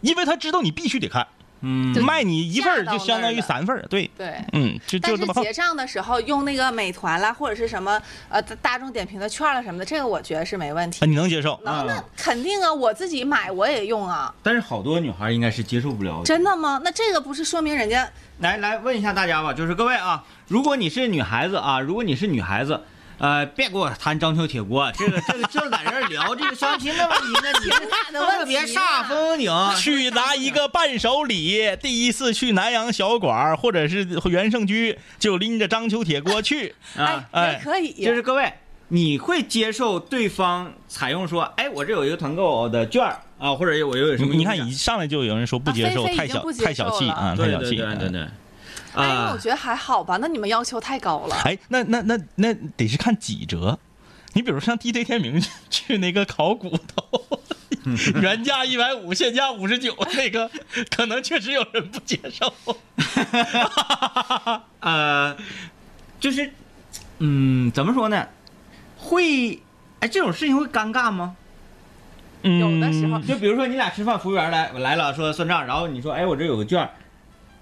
Speaker 1: 因为他知道你必须得看，
Speaker 2: 嗯
Speaker 4: 对
Speaker 1: 卖你一份儿
Speaker 4: 价到
Speaker 1: 就相当于
Speaker 4: 那儿了
Speaker 1: 三份儿，对，
Speaker 4: 对
Speaker 1: 嗯，就
Speaker 4: 但
Speaker 1: 就是这么好
Speaker 4: 结账的时候用那个美团啦，或者是什么呃大大众点评的券儿啦什么的，这个我觉得是没问
Speaker 1: 啊，
Speaker 4: 题。
Speaker 1: 你能接受？
Speaker 4: 能，那
Speaker 2: 啊
Speaker 4: 肯定啊，我自己买我也用啊。
Speaker 2: 但是好多女孩应该是接受不了。
Speaker 4: 真的吗？那这个不是说明人家
Speaker 2: 来来问一下大家吧，就是各位啊，如果你是女孩子啊，如果你是女孩子。呃，别给我谈章丘铁锅，这个这个就在这儿聊这个相亲的问题呢，你
Speaker 4: 情感的
Speaker 2: 特
Speaker 4: 问题
Speaker 2: 别
Speaker 4: 啊。
Speaker 2: 煞风景。
Speaker 1: 去拿一个伴手礼，第一次去南阳小馆儿或者是元盛居，就拎着章丘铁锅 去。
Speaker 2: 啊
Speaker 4: 哎，，
Speaker 1: 哎
Speaker 4: 也可以。
Speaker 2: 就是各位，你会接受对方采用说，哎，我这有一个团购的券儿啊，或者有我又有什
Speaker 1: 你
Speaker 2: 么？
Speaker 1: 你看，一上来就有人说不接受，
Speaker 4: 啊菲菲
Speaker 1: 太
Speaker 4: 已经
Speaker 1: 小
Speaker 4: 不接受
Speaker 1: 太小气
Speaker 4: 了
Speaker 1: 啊，
Speaker 2: 对对
Speaker 1: 太小
Speaker 2: 对
Speaker 1: 气。
Speaker 2: 对对对，
Speaker 4: 哎，那我
Speaker 2: 啊，
Speaker 4: 觉得还好吧。那你们要求太高了。
Speaker 1: 哎，那那那那得是看几折。你比如像 DJ 天明去 那个烤骨头，原价一百五，现价五十九，那个可能确实有人不接受。
Speaker 2: 呃，就是，嗯，怎么说呢？会，哎，这种事情会尴尬吗？
Speaker 4: 有的时候
Speaker 1: 嗯
Speaker 2: 就比如说你俩吃饭，服务员来来了说算账，然后你说，哎，我这有个券儿。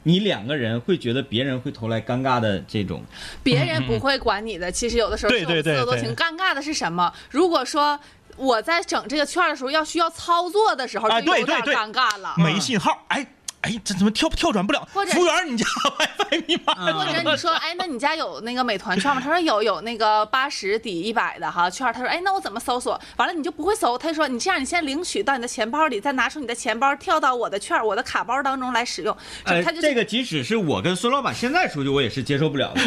Speaker 2: 你两个人会觉得别人会投来尴尬的这种，
Speaker 4: 别人不会管你的。其实有的时候
Speaker 1: 对
Speaker 4: 是我
Speaker 1: 对
Speaker 4: 们自
Speaker 1: 对
Speaker 4: 作多
Speaker 1: 对
Speaker 4: 情。尴尬的是什么？如果说我在整这个券儿的时候要需要操作的时候，
Speaker 1: 哎
Speaker 4: 就
Speaker 1: 对
Speaker 4: 有点
Speaker 1: 对对
Speaker 4: 尴尬了。
Speaker 1: 没信号，哎哎，这怎么跳跳转不了？
Speaker 4: 或者
Speaker 1: 服务员，你家 WiFi 密码
Speaker 2: 嗯
Speaker 4: 或者你说，哎，那你家有那个美团券吗？他说有，有那个八十抵一百的哈券儿。他说，哎，那我怎么搜索？完了你就不会搜。他说，你这样，你先领取到你的钱包里，再拿出你的钱包跳到我的券儿、我的卡包当中来使用。
Speaker 2: 哎，
Speaker 4: 他就
Speaker 2: 这个即使是我跟孙老板现在出去，我也是接受不了的。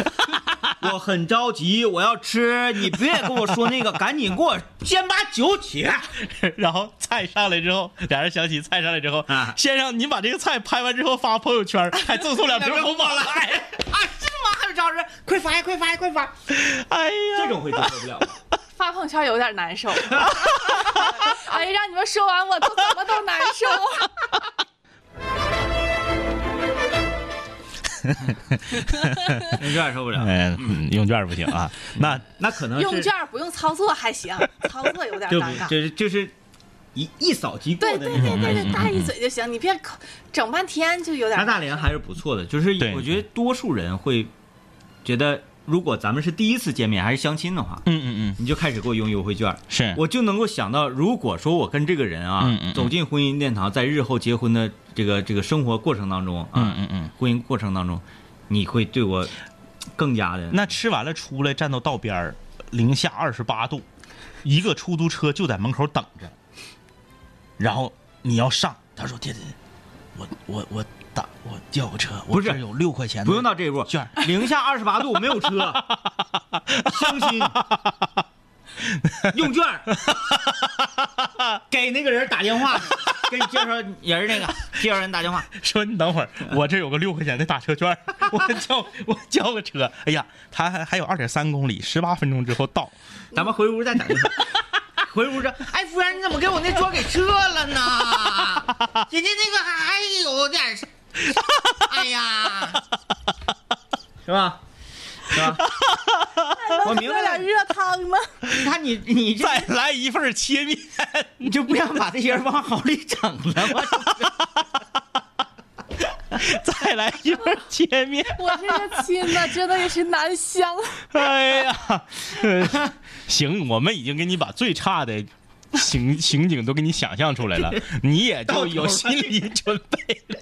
Speaker 2: 我很着急，我要吃，你别跟我说那个，赶紧给我先把酒起来。
Speaker 1: 然后菜上来之后，俩人想起菜上来之后，
Speaker 2: 啊
Speaker 1: 先生，您把这个菜拍完之后发朋友圈，还赠送两瓶 红宝来。
Speaker 2: 啊，这妈还有招人，快发呀，快发呀，快发！
Speaker 1: 哎呀，
Speaker 2: 这种会接受不 了。
Speaker 4: 发朋友圈有点难受。 哎，让你们说完我都怎么都难受。
Speaker 2: 永远受不了。
Speaker 1: 嗯，嗯用券不行啊，那
Speaker 2: 那可能
Speaker 4: 哎用
Speaker 2: 是
Speaker 4: 券不用操作还行，操作有点
Speaker 2: 就
Speaker 4: 尴尬。
Speaker 2: 就是就是一一扫即过
Speaker 4: 对
Speaker 2: 的
Speaker 4: 对
Speaker 2: 那
Speaker 4: 对
Speaker 2: 种感
Speaker 4: 对
Speaker 2: 觉。
Speaker 4: 对，大一嘴就行，你别口整半天就有点
Speaker 2: 拿。大连还是不错的，就是
Speaker 1: 对
Speaker 2: 我觉得多数人会觉得，如果咱们是第一次见面还是相亲的话，
Speaker 1: 嗯嗯嗯，
Speaker 2: 你就开始给我用优惠券。
Speaker 1: 是
Speaker 2: 我就能够想到，如果说我跟这个人啊、
Speaker 1: 嗯嗯嗯
Speaker 2: 走进婚姻殿堂，在日后结婚的这个这个生活过程当中啊，
Speaker 1: 嗯嗯嗯
Speaker 2: 婚姻过程当中，你会对我更加的
Speaker 1: 那吃完了出来，站到道边儿，零下二十八度，一个出租车就在门口等着。然后你要上，他说：“天天，我我我打我叫个车，我
Speaker 2: 不是
Speaker 1: 这儿有六块钱的
Speaker 2: 不用到这一步，
Speaker 1: 券儿。
Speaker 2: 零下二十八度没有 车，相亲，用券儿，给那个人打电话，给你介绍人那 个介绍人打电话，
Speaker 1: 说你等会儿，我这有个六块钱的打车券儿，我叫我叫个车。哎呀，他还还有二点三公里，十八分钟之后到。
Speaker 2: 咱们回屋再等一会儿。 回屋说，哎，服务员，你怎么给我那桌给撤了 呢？人家那个还有点 儿，哎呀，是吧？是吧？我明白
Speaker 4: 喝点
Speaker 2: 了，
Speaker 4: 热汤 吗？
Speaker 2: 你看你你这
Speaker 1: 再来一份儿切面，
Speaker 2: 你就不想把这些人往好里整了吗？
Speaker 1: 再来一份儿切面。
Speaker 4: 我这个亲呐，真的也是难相。
Speaker 1: 哎呀，呃行，我们已经给你把最差的情情景都给你想象出来了，你也就有心理准备了。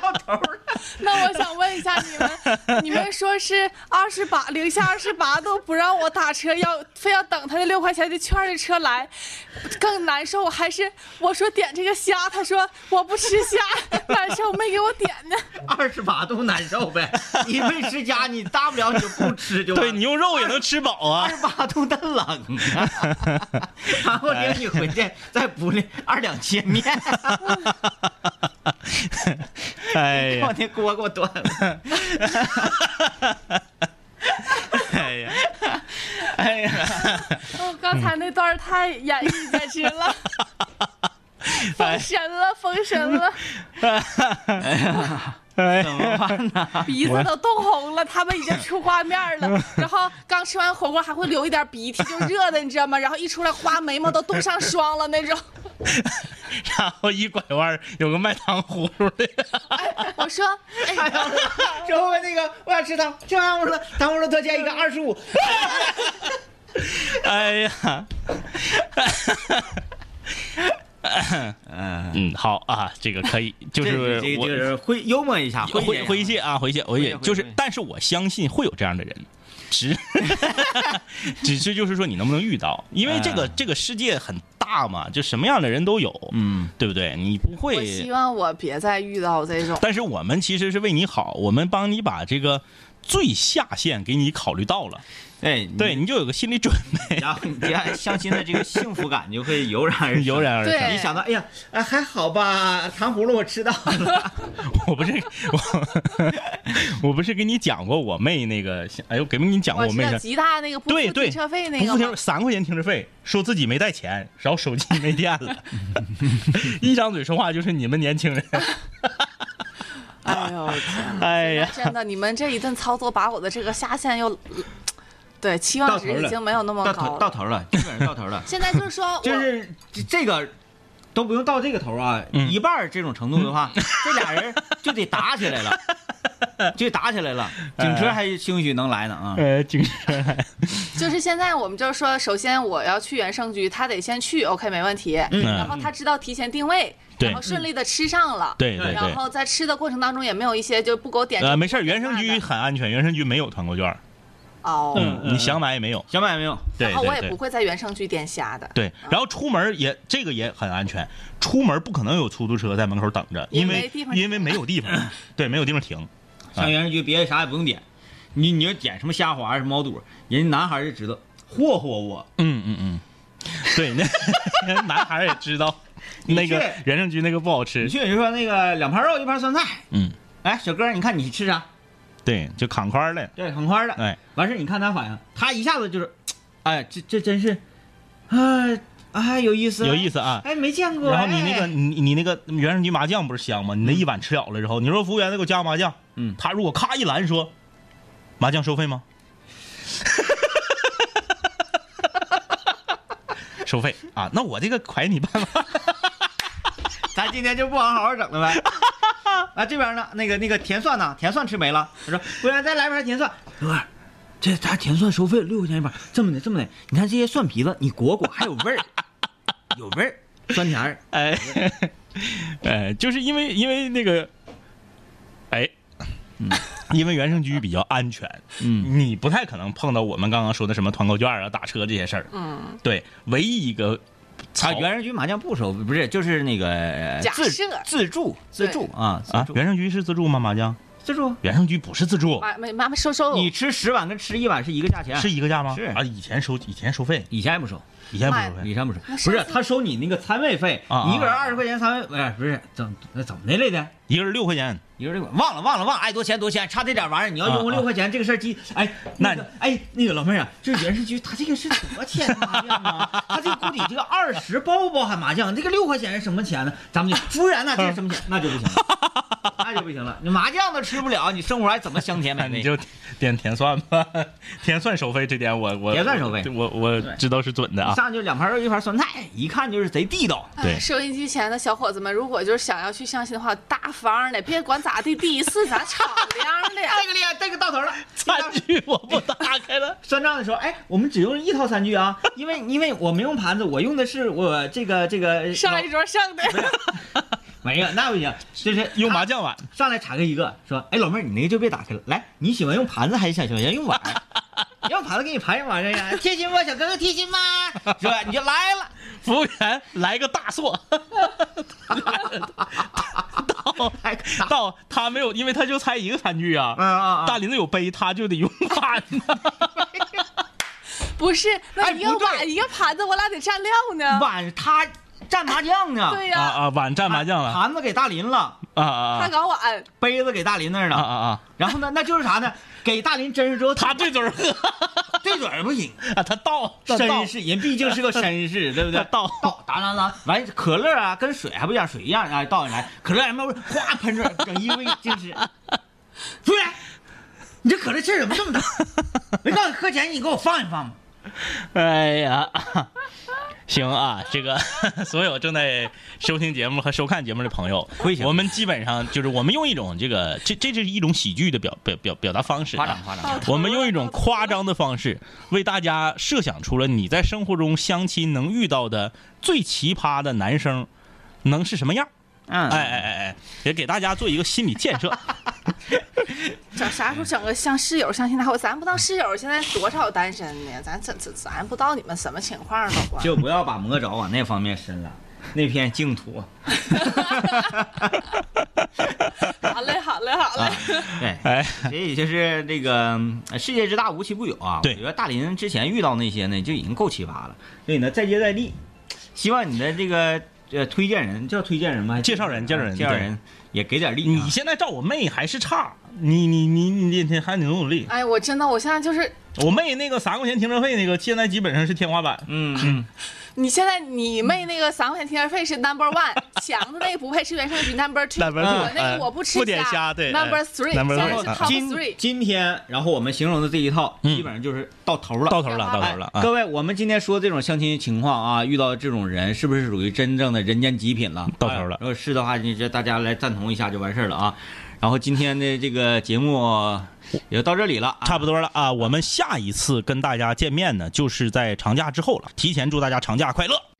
Speaker 2: 到头了，
Speaker 4: 那我想问一下你们，你们说 是二十八零下二十八度不让我打车，要非要等他那六块钱的券儿的车来，更难受，还是我说点这个虾，他说我不吃 虾，难受没给我点呢？
Speaker 2: 二十八度难受 呗。你没吃家，你大不了你就不吃就完
Speaker 1: 对，
Speaker 2: 了。
Speaker 1: 牛肉也能吃饱啊
Speaker 2: 二。十八度的冷啊， 然后领你回去再补那二两切面，
Speaker 1: 哎
Speaker 2: 把
Speaker 1: 呀，
Speaker 2: 那锅给我端了。
Speaker 1: 哎呀，
Speaker 2: 哎呀，
Speaker 4: 哦，刚才那段儿太演绎简直了， 哎封神了，封神了，
Speaker 1: 哎
Speaker 2: 怎
Speaker 1: 呀，
Speaker 2: 么办呢？
Speaker 4: 鼻子都冻红了，他们已经出画面儿了。然后刚吃完火锅还会流一点鼻涕，就热的，你知道吗？然后一出来，花眉毛都冻上霜了那种。
Speaker 1: 然后一拐弯儿有个卖糖葫芦的，
Speaker 4: 我说，哎，
Speaker 2: 然后 那个我想吃糖，吃完我说糖葫芦多少钱一个二十五，
Speaker 1: 哎呀，嗯，好啊，这个 可以，就
Speaker 2: 这
Speaker 1: 是
Speaker 2: 这
Speaker 1: 我
Speaker 2: 这个人会幽默一下，
Speaker 1: 回
Speaker 2: 回
Speaker 1: 回信啊，回信，回
Speaker 2: 回信
Speaker 1: 信，就是
Speaker 2: 回信，
Speaker 1: 但是我相信会有这样的人， 只 只是就是说你能不能遇到，因为这个
Speaker 2: 哎
Speaker 1: 这个世界很大嘛，就什么样的人都有，
Speaker 2: 嗯，
Speaker 1: 对不对？你不
Speaker 4: 我
Speaker 1: 会
Speaker 4: 希，望我别再遇到这种。
Speaker 1: 但是我们其实是为你好，我们帮你把这个。最下限给你考虑到了，
Speaker 2: 哎，
Speaker 1: 对，你就有个心理准备，
Speaker 2: 然后你这样相亲的这个幸福感就会油然而 生
Speaker 1: 油然而
Speaker 4: 对
Speaker 1: 生。
Speaker 2: 一想到，哎呀，哎还好吧，糖葫芦我吃到了，
Speaker 1: 我 不是我，我不是跟你讲过我妹那个，哎呦，给没给你讲过
Speaker 4: 我
Speaker 1: 我
Speaker 4: 知
Speaker 1: 妹
Speaker 4: 道
Speaker 1: 的？
Speaker 4: 吉大那个不付
Speaker 1: 对对，
Speaker 4: 停车费那
Speaker 1: 不
Speaker 4: 个
Speaker 1: 付停
Speaker 4: 吗
Speaker 1: 车，三块钱停车费，说自己没带钱，然后手机没电了， 一张嘴说话就是你们年轻人，
Speaker 4: 哎呦我天 哪！
Speaker 1: 哎呀，
Speaker 4: 真的，你们这一顿操作把我的这个下限又，对期望值已经没有那么
Speaker 2: 到
Speaker 4: 高
Speaker 2: 头
Speaker 4: 了。
Speaker 2: 到。头了，基本上到 头了
Speaker 4: 现在就 是说，
Speaker 2: 就
Speaker 4: 我
Speaker 2: 是这这个都不用到这个头啊，
Speaker 1: 嗯
Speaker 2: 一半儿这种程度的话，这俩人就得打起来了， 就打起来了。警车还兴许能来呢啊！
Speaker 1: 呃，精神，
Speaker 4: 就是现在，我们就是说，首先我要去原生居，他得先去，OK，没问题。嗯然后他知道提前定位，
Speaker 1: 嗯对嗯
Speaker 4: 然后顺利的吃上了，
Speaker 1: 对对
Speaker 4: 然
Speaker 1: 对，
Speaker 4: 后在吃的过程当中也没有一些就不给我点
Speaker 1: 呃，没事儿，原生居很安全，原生居没有团购券，
Speaker 4: 哦，
Speaker 2: 嗯嗯
Speaker 1: 你想买也没有，
Speaker 2: 想买没有？
Speaker 1: 对
Speaker 4: 然后我
Speaker 1: 对
Speaker 4: 也不
Speaker 1: 对。
Speaker 4: 会在原生居点虾的，
Speaker 1: 对，然后出门也这个也很安全，出门不可能有出租车在门口等着，因
Speaker 4: 也
Speaker 1: 为
Speaker 4: 没地方停
Speaker 1: 因为没有地方，对，没有地方 停。
Speaker 2: 上原生居别的啥也不用点，你你要点什么虾滑什么毛肚，人家男孩就知道霍霍我。
Speaker 1: 嗯嗯嗯，对，那 男孩儿也知道，那个
Speaker 2: 你去
Speaker 1: 原生居那个不好
Speaker 2: 你
Speaker 1: 吃，
Speaker 2: 去你说那个两盘肉一盘酸菜，
Speaker 1: 嗯，
Speaker 2: 哎，小哥你看你吃啥？
Speaker 1: 对，就砍块儿了，
Speaker 2: 对，很快的。
Speaker 1: 哎，
Speaker 2: 完事儿你看他反应，他一下子就是，哎，这这真是，哎哎有意思，
Speaker 1: 有意思啊。
Speaker 2: 哎，没见过。
Speaker 1: 然后你那个
Speaker 2: 哎
Speaker 1: 你你那个原生鸡麻酱不是香吗？你那一碗吃了了之后，你说服务员再给我加麻酱，
Speaker 2: 嗯
Speaker 1: 他如果咔一拦说，麻酱收 费吗？收费啊？那我这个快你 办法，
Speaker 2: 咱今天就不往好好整了 呗。啊，这边呢，那个那个甜蒜呢？甜蒜吃没了。他说，服务员再来盘甜蒜。哥们儿，这咱甜蒜收费六块钱一盘，这么的这么的，你看这些蒜皮子，你裹裹还有味儿，有味儿，酸甜儿。
Speaker 1: 哎，哎，就是因为因为那个，哎，因为原生居比较安全，
Speaker 2: 嗯
Speaker 1: 你不太可能碰到我们刚刚说的什么团购券啊、打车这些事儿。
Speaker 4: 嗯，
Speaker 1: 对，唯一一个
Speaker 2: 啊，
Speaker 1: 草
Speaker 2: 原生居麻将不收，不是，就是那个
Speaker 1: 哎
Speaker 2: 呃
Speaker 4: 假
Speaker 2: 自
Speaker 4: 设
Speaker 2: 自助自助啊自
Speaker 1: 啊，
Speaker 2: 助
Speaker 1: 原生居是自助吗？麻将
Speaker 2: 自助，
Speaker 1: 原生居不是自助，
Speaker 4: 妈，没妈妈收收
Speaker 2: 你吃十碗跟吃一碗是一个价钱，
Speaker 1: 是一个价吗？
Speaker 2: 是
Speaker 1: 啊，以前收以前收费，
Speaker 2: 以前也不收，
Speaker 1: 以前不收
Speaker 4: 妈
Speaker 1: 费
Speaker 2: 以前不收，
Speaker 4: 那
Speaker 2: 不
Speaker 4: 上
Speaker 2: 是
Speaker 4: 次
Speaker 2: 他收你那个餐位费，
Speaker 1: 啊啊
Speaker 2: 你一个人二十块钱餐位，哎，不是怎那怎么的来的？
Speaker 1: 一个人六块钱。
Speaker 2: 一个人六忘了忘了忘了，爱多钱多钱，差这点玩意儿，你要用
Speaker 1: 啊
Speaker 2: 过
Speaker 1: 啊
Speaker 2: 六块钱这个事儿鸡，哎，
Speaker 1: 那
Speaker 2: 个哎那个老妹儿啊，这原生居他这个是多钱的麻将 啊？他这个估计这个二十包不包含麻将？这个六块钱是什么钱呢？咱们就夫人呢、这是什么钱？那就不行 了，那就不行了，你麻将都吃不了，你生活还怎么香甜
Speaker 1: 那
Speaker 2: 美
Speaker 1: 你
Speaker 2: 味？
Speaker 1: 就点甜蒜吧，甜蒜收费这点我我
Speaker 2: 甜蒜收费
Speaker 1: 我我
Speaker 2: 对
Speaker 1: 知道是准的啊。
Speaker 2: 上去两盘肉一盘酸菜，一看就是贼地道。
Speaker 4: 哎
Speaker 1: 对
Speaker 4: 收音机前的小伙子们，如果就是想要去相亲的话，大方的，别管咋地，第一次咱敞亮
Speaker 2: 这
Speaker 4: 的。
Speaker 2: 个厉害，这个到头了。
Speaker 1: 餐具我不打开了，
Speaker 2: 算账的时候，哎，我们只用一套餐具啊，因为因为我没用盘子，我用的是我这个这个
Speaker 4: 上一桌剩的，
Speaker 2: 没有，那不行，就是
Speaker 1: 用麻
Speaker 2: 麻
Speaker 1: 将碗，
Speaker 2: 上来查个一个，说，哎，老妹儿，你那个就别打开了，来，你喜欢用盘子还是想喜欢用碗儿？用盘子给你盘上碗上呀，贴心不，小哥哥贴心吗？是吧？你就来了，
Speaker 1: 服务员来个大硕，到
Speaker 2: 来个 大
Speaker 1: 到他没有，因为他就猜一个餐具啊。
Speaker 2: 嗯啊啊
Speaker 1: 大林子有杯，他就得用碗。
Speaker 4: 不是？那
Speaker 2: 哎
Speaker 4: 一个
Speaker 2: 不对
Speaker 4: 碗一个盘子，我俩得蘸料呢。
Speaker 2: 碗他蘸麻酱呢，
Speaker 4: 对
Speaker 1: 啊
Speaker 4: 呀，
Speaker 1: 啊，碗蘸麻酱了
Speaker 2: 盘子给大林了，
Speaker 1: 啊
Speaker 4: 大
Speaker 1: 啊
Speaker 4: 港碗，
Speaker 2: 杯子给大林那儿
Speaker 1: 啊啊
Speaker 2: 了，
Speaker 1: 啊！
Speaker 2: 然后呢，那就是啥呢？给大林斟上之后，
Speaker 1: 他对嘴儿喝，
Speaker 2: 对嘴儿不行，
Speaker 1: 啊他倒他倒
Speaker 2: 绅士，人毕竟是个绅士，对不对？
Speaker 1: 倒
Speaker 2: 倒，当然了，完可乐啊，跟水还不一样，水一样啊，倒进来，可乐还冒味儿，哗喷出来， 整衣服就是。服务员，你这可乐气儿怎么这么大？没告诉你喝前你给我放一放吧。
Speaker 1: 哎呀，行啊，这个 所有正在收听节目和收看节目的朋友
Speaker 2: 回，想
Speaker 1: 我们基本上就是我们用一种这个这这就是一种喜剧的表表表表达方式、啊，
Speaker 2: 夸张夸张
Speaker 4: 夸张
Speaker 1: 我们用一种夸张的方式为大家设想出了你在生活中相亲能遇到的最奇葩的男生能是什么样。
Speaker 2: 嗯，
Speaker 1: 哎哎哎哎，也给大家做一个心理建 设。
Speaker 4: 整啥时候整个像室友相亲大会？咱不当室友，现在多少单身呢？咱这这咱不知道你们什么情况了。我
Speaker 2: 就不要把魔爪往那方面伸了，那片净土。啊
Speaker 4: 好嘞，好嘞，好
Speaker 2: 啊
Speaker 4: 嘞。
Speaker 2: 对，
Speaker 1: 哎，
Speaker 2: 所以就是这个嗯世界之大无奇不有啊。
Speaker 1: 对
Speaker 2: 我觉得大林之前遇到那些呢就已经够奇葩了，所以呢再接再厉，希望你的这个呃推荐人叫推荐人吗？还是啊
Speaker 1: 介绍人介绍人
Speaker 2: 介绍
Speaker 1: 对
Speaker 2: 人也给点力啊
Speaker 1: 你。现在照我妹还是差，你你你你你还得努努力。
Speaker 4: 哎，我真的，我现在就是
Speaker 1: 我妹那个三块钱停车费那个，现在基本上是天花板。
Speaker 2: 嗯 嗯，
Speaker 4: 你现在你妹那个三块钱停车费是 number one，强子那个不配吃原生鱼 number two，
Speaker 1: number
Speaker 4: 我
Speaker 1: two，
Speaker 4: 那
Speaker 1: 哎
Speaker 4: 个我不吃
Speaker 1: 不点虾对哎
Speaker 4: number three，现
Speaker 1: number
Speaker 4: 在是
Speaker 1: three，啊
Speaker 4: top
Speaker 2: 今
Speaker 4: three。
Speaker 2: 今天然后我们形容的这一套
Speaker 1: 嗯
Speaker 2: 基本上就是到头了。
Speaker 1: 到头了，
Speaker 4: 天花板
Speaker 1: 到头了
Speaker 2: 哎
Speaker 1: 啊！
Speaker 2: 各位，我们今天说这种相亲情况啊，遇到这种人是不是属于真正的人间极品了？
Speaker 1: 到头了
Speaker 2: 哎如果是的话，你这大家来赞同一下就完事儿了啊。然后今天的这个节目也就到这里了啊，
Speaker 1: 差不多了啊，我们下一次跟大家见面呢，就是在长假之后了。提前祝大家长假快乐！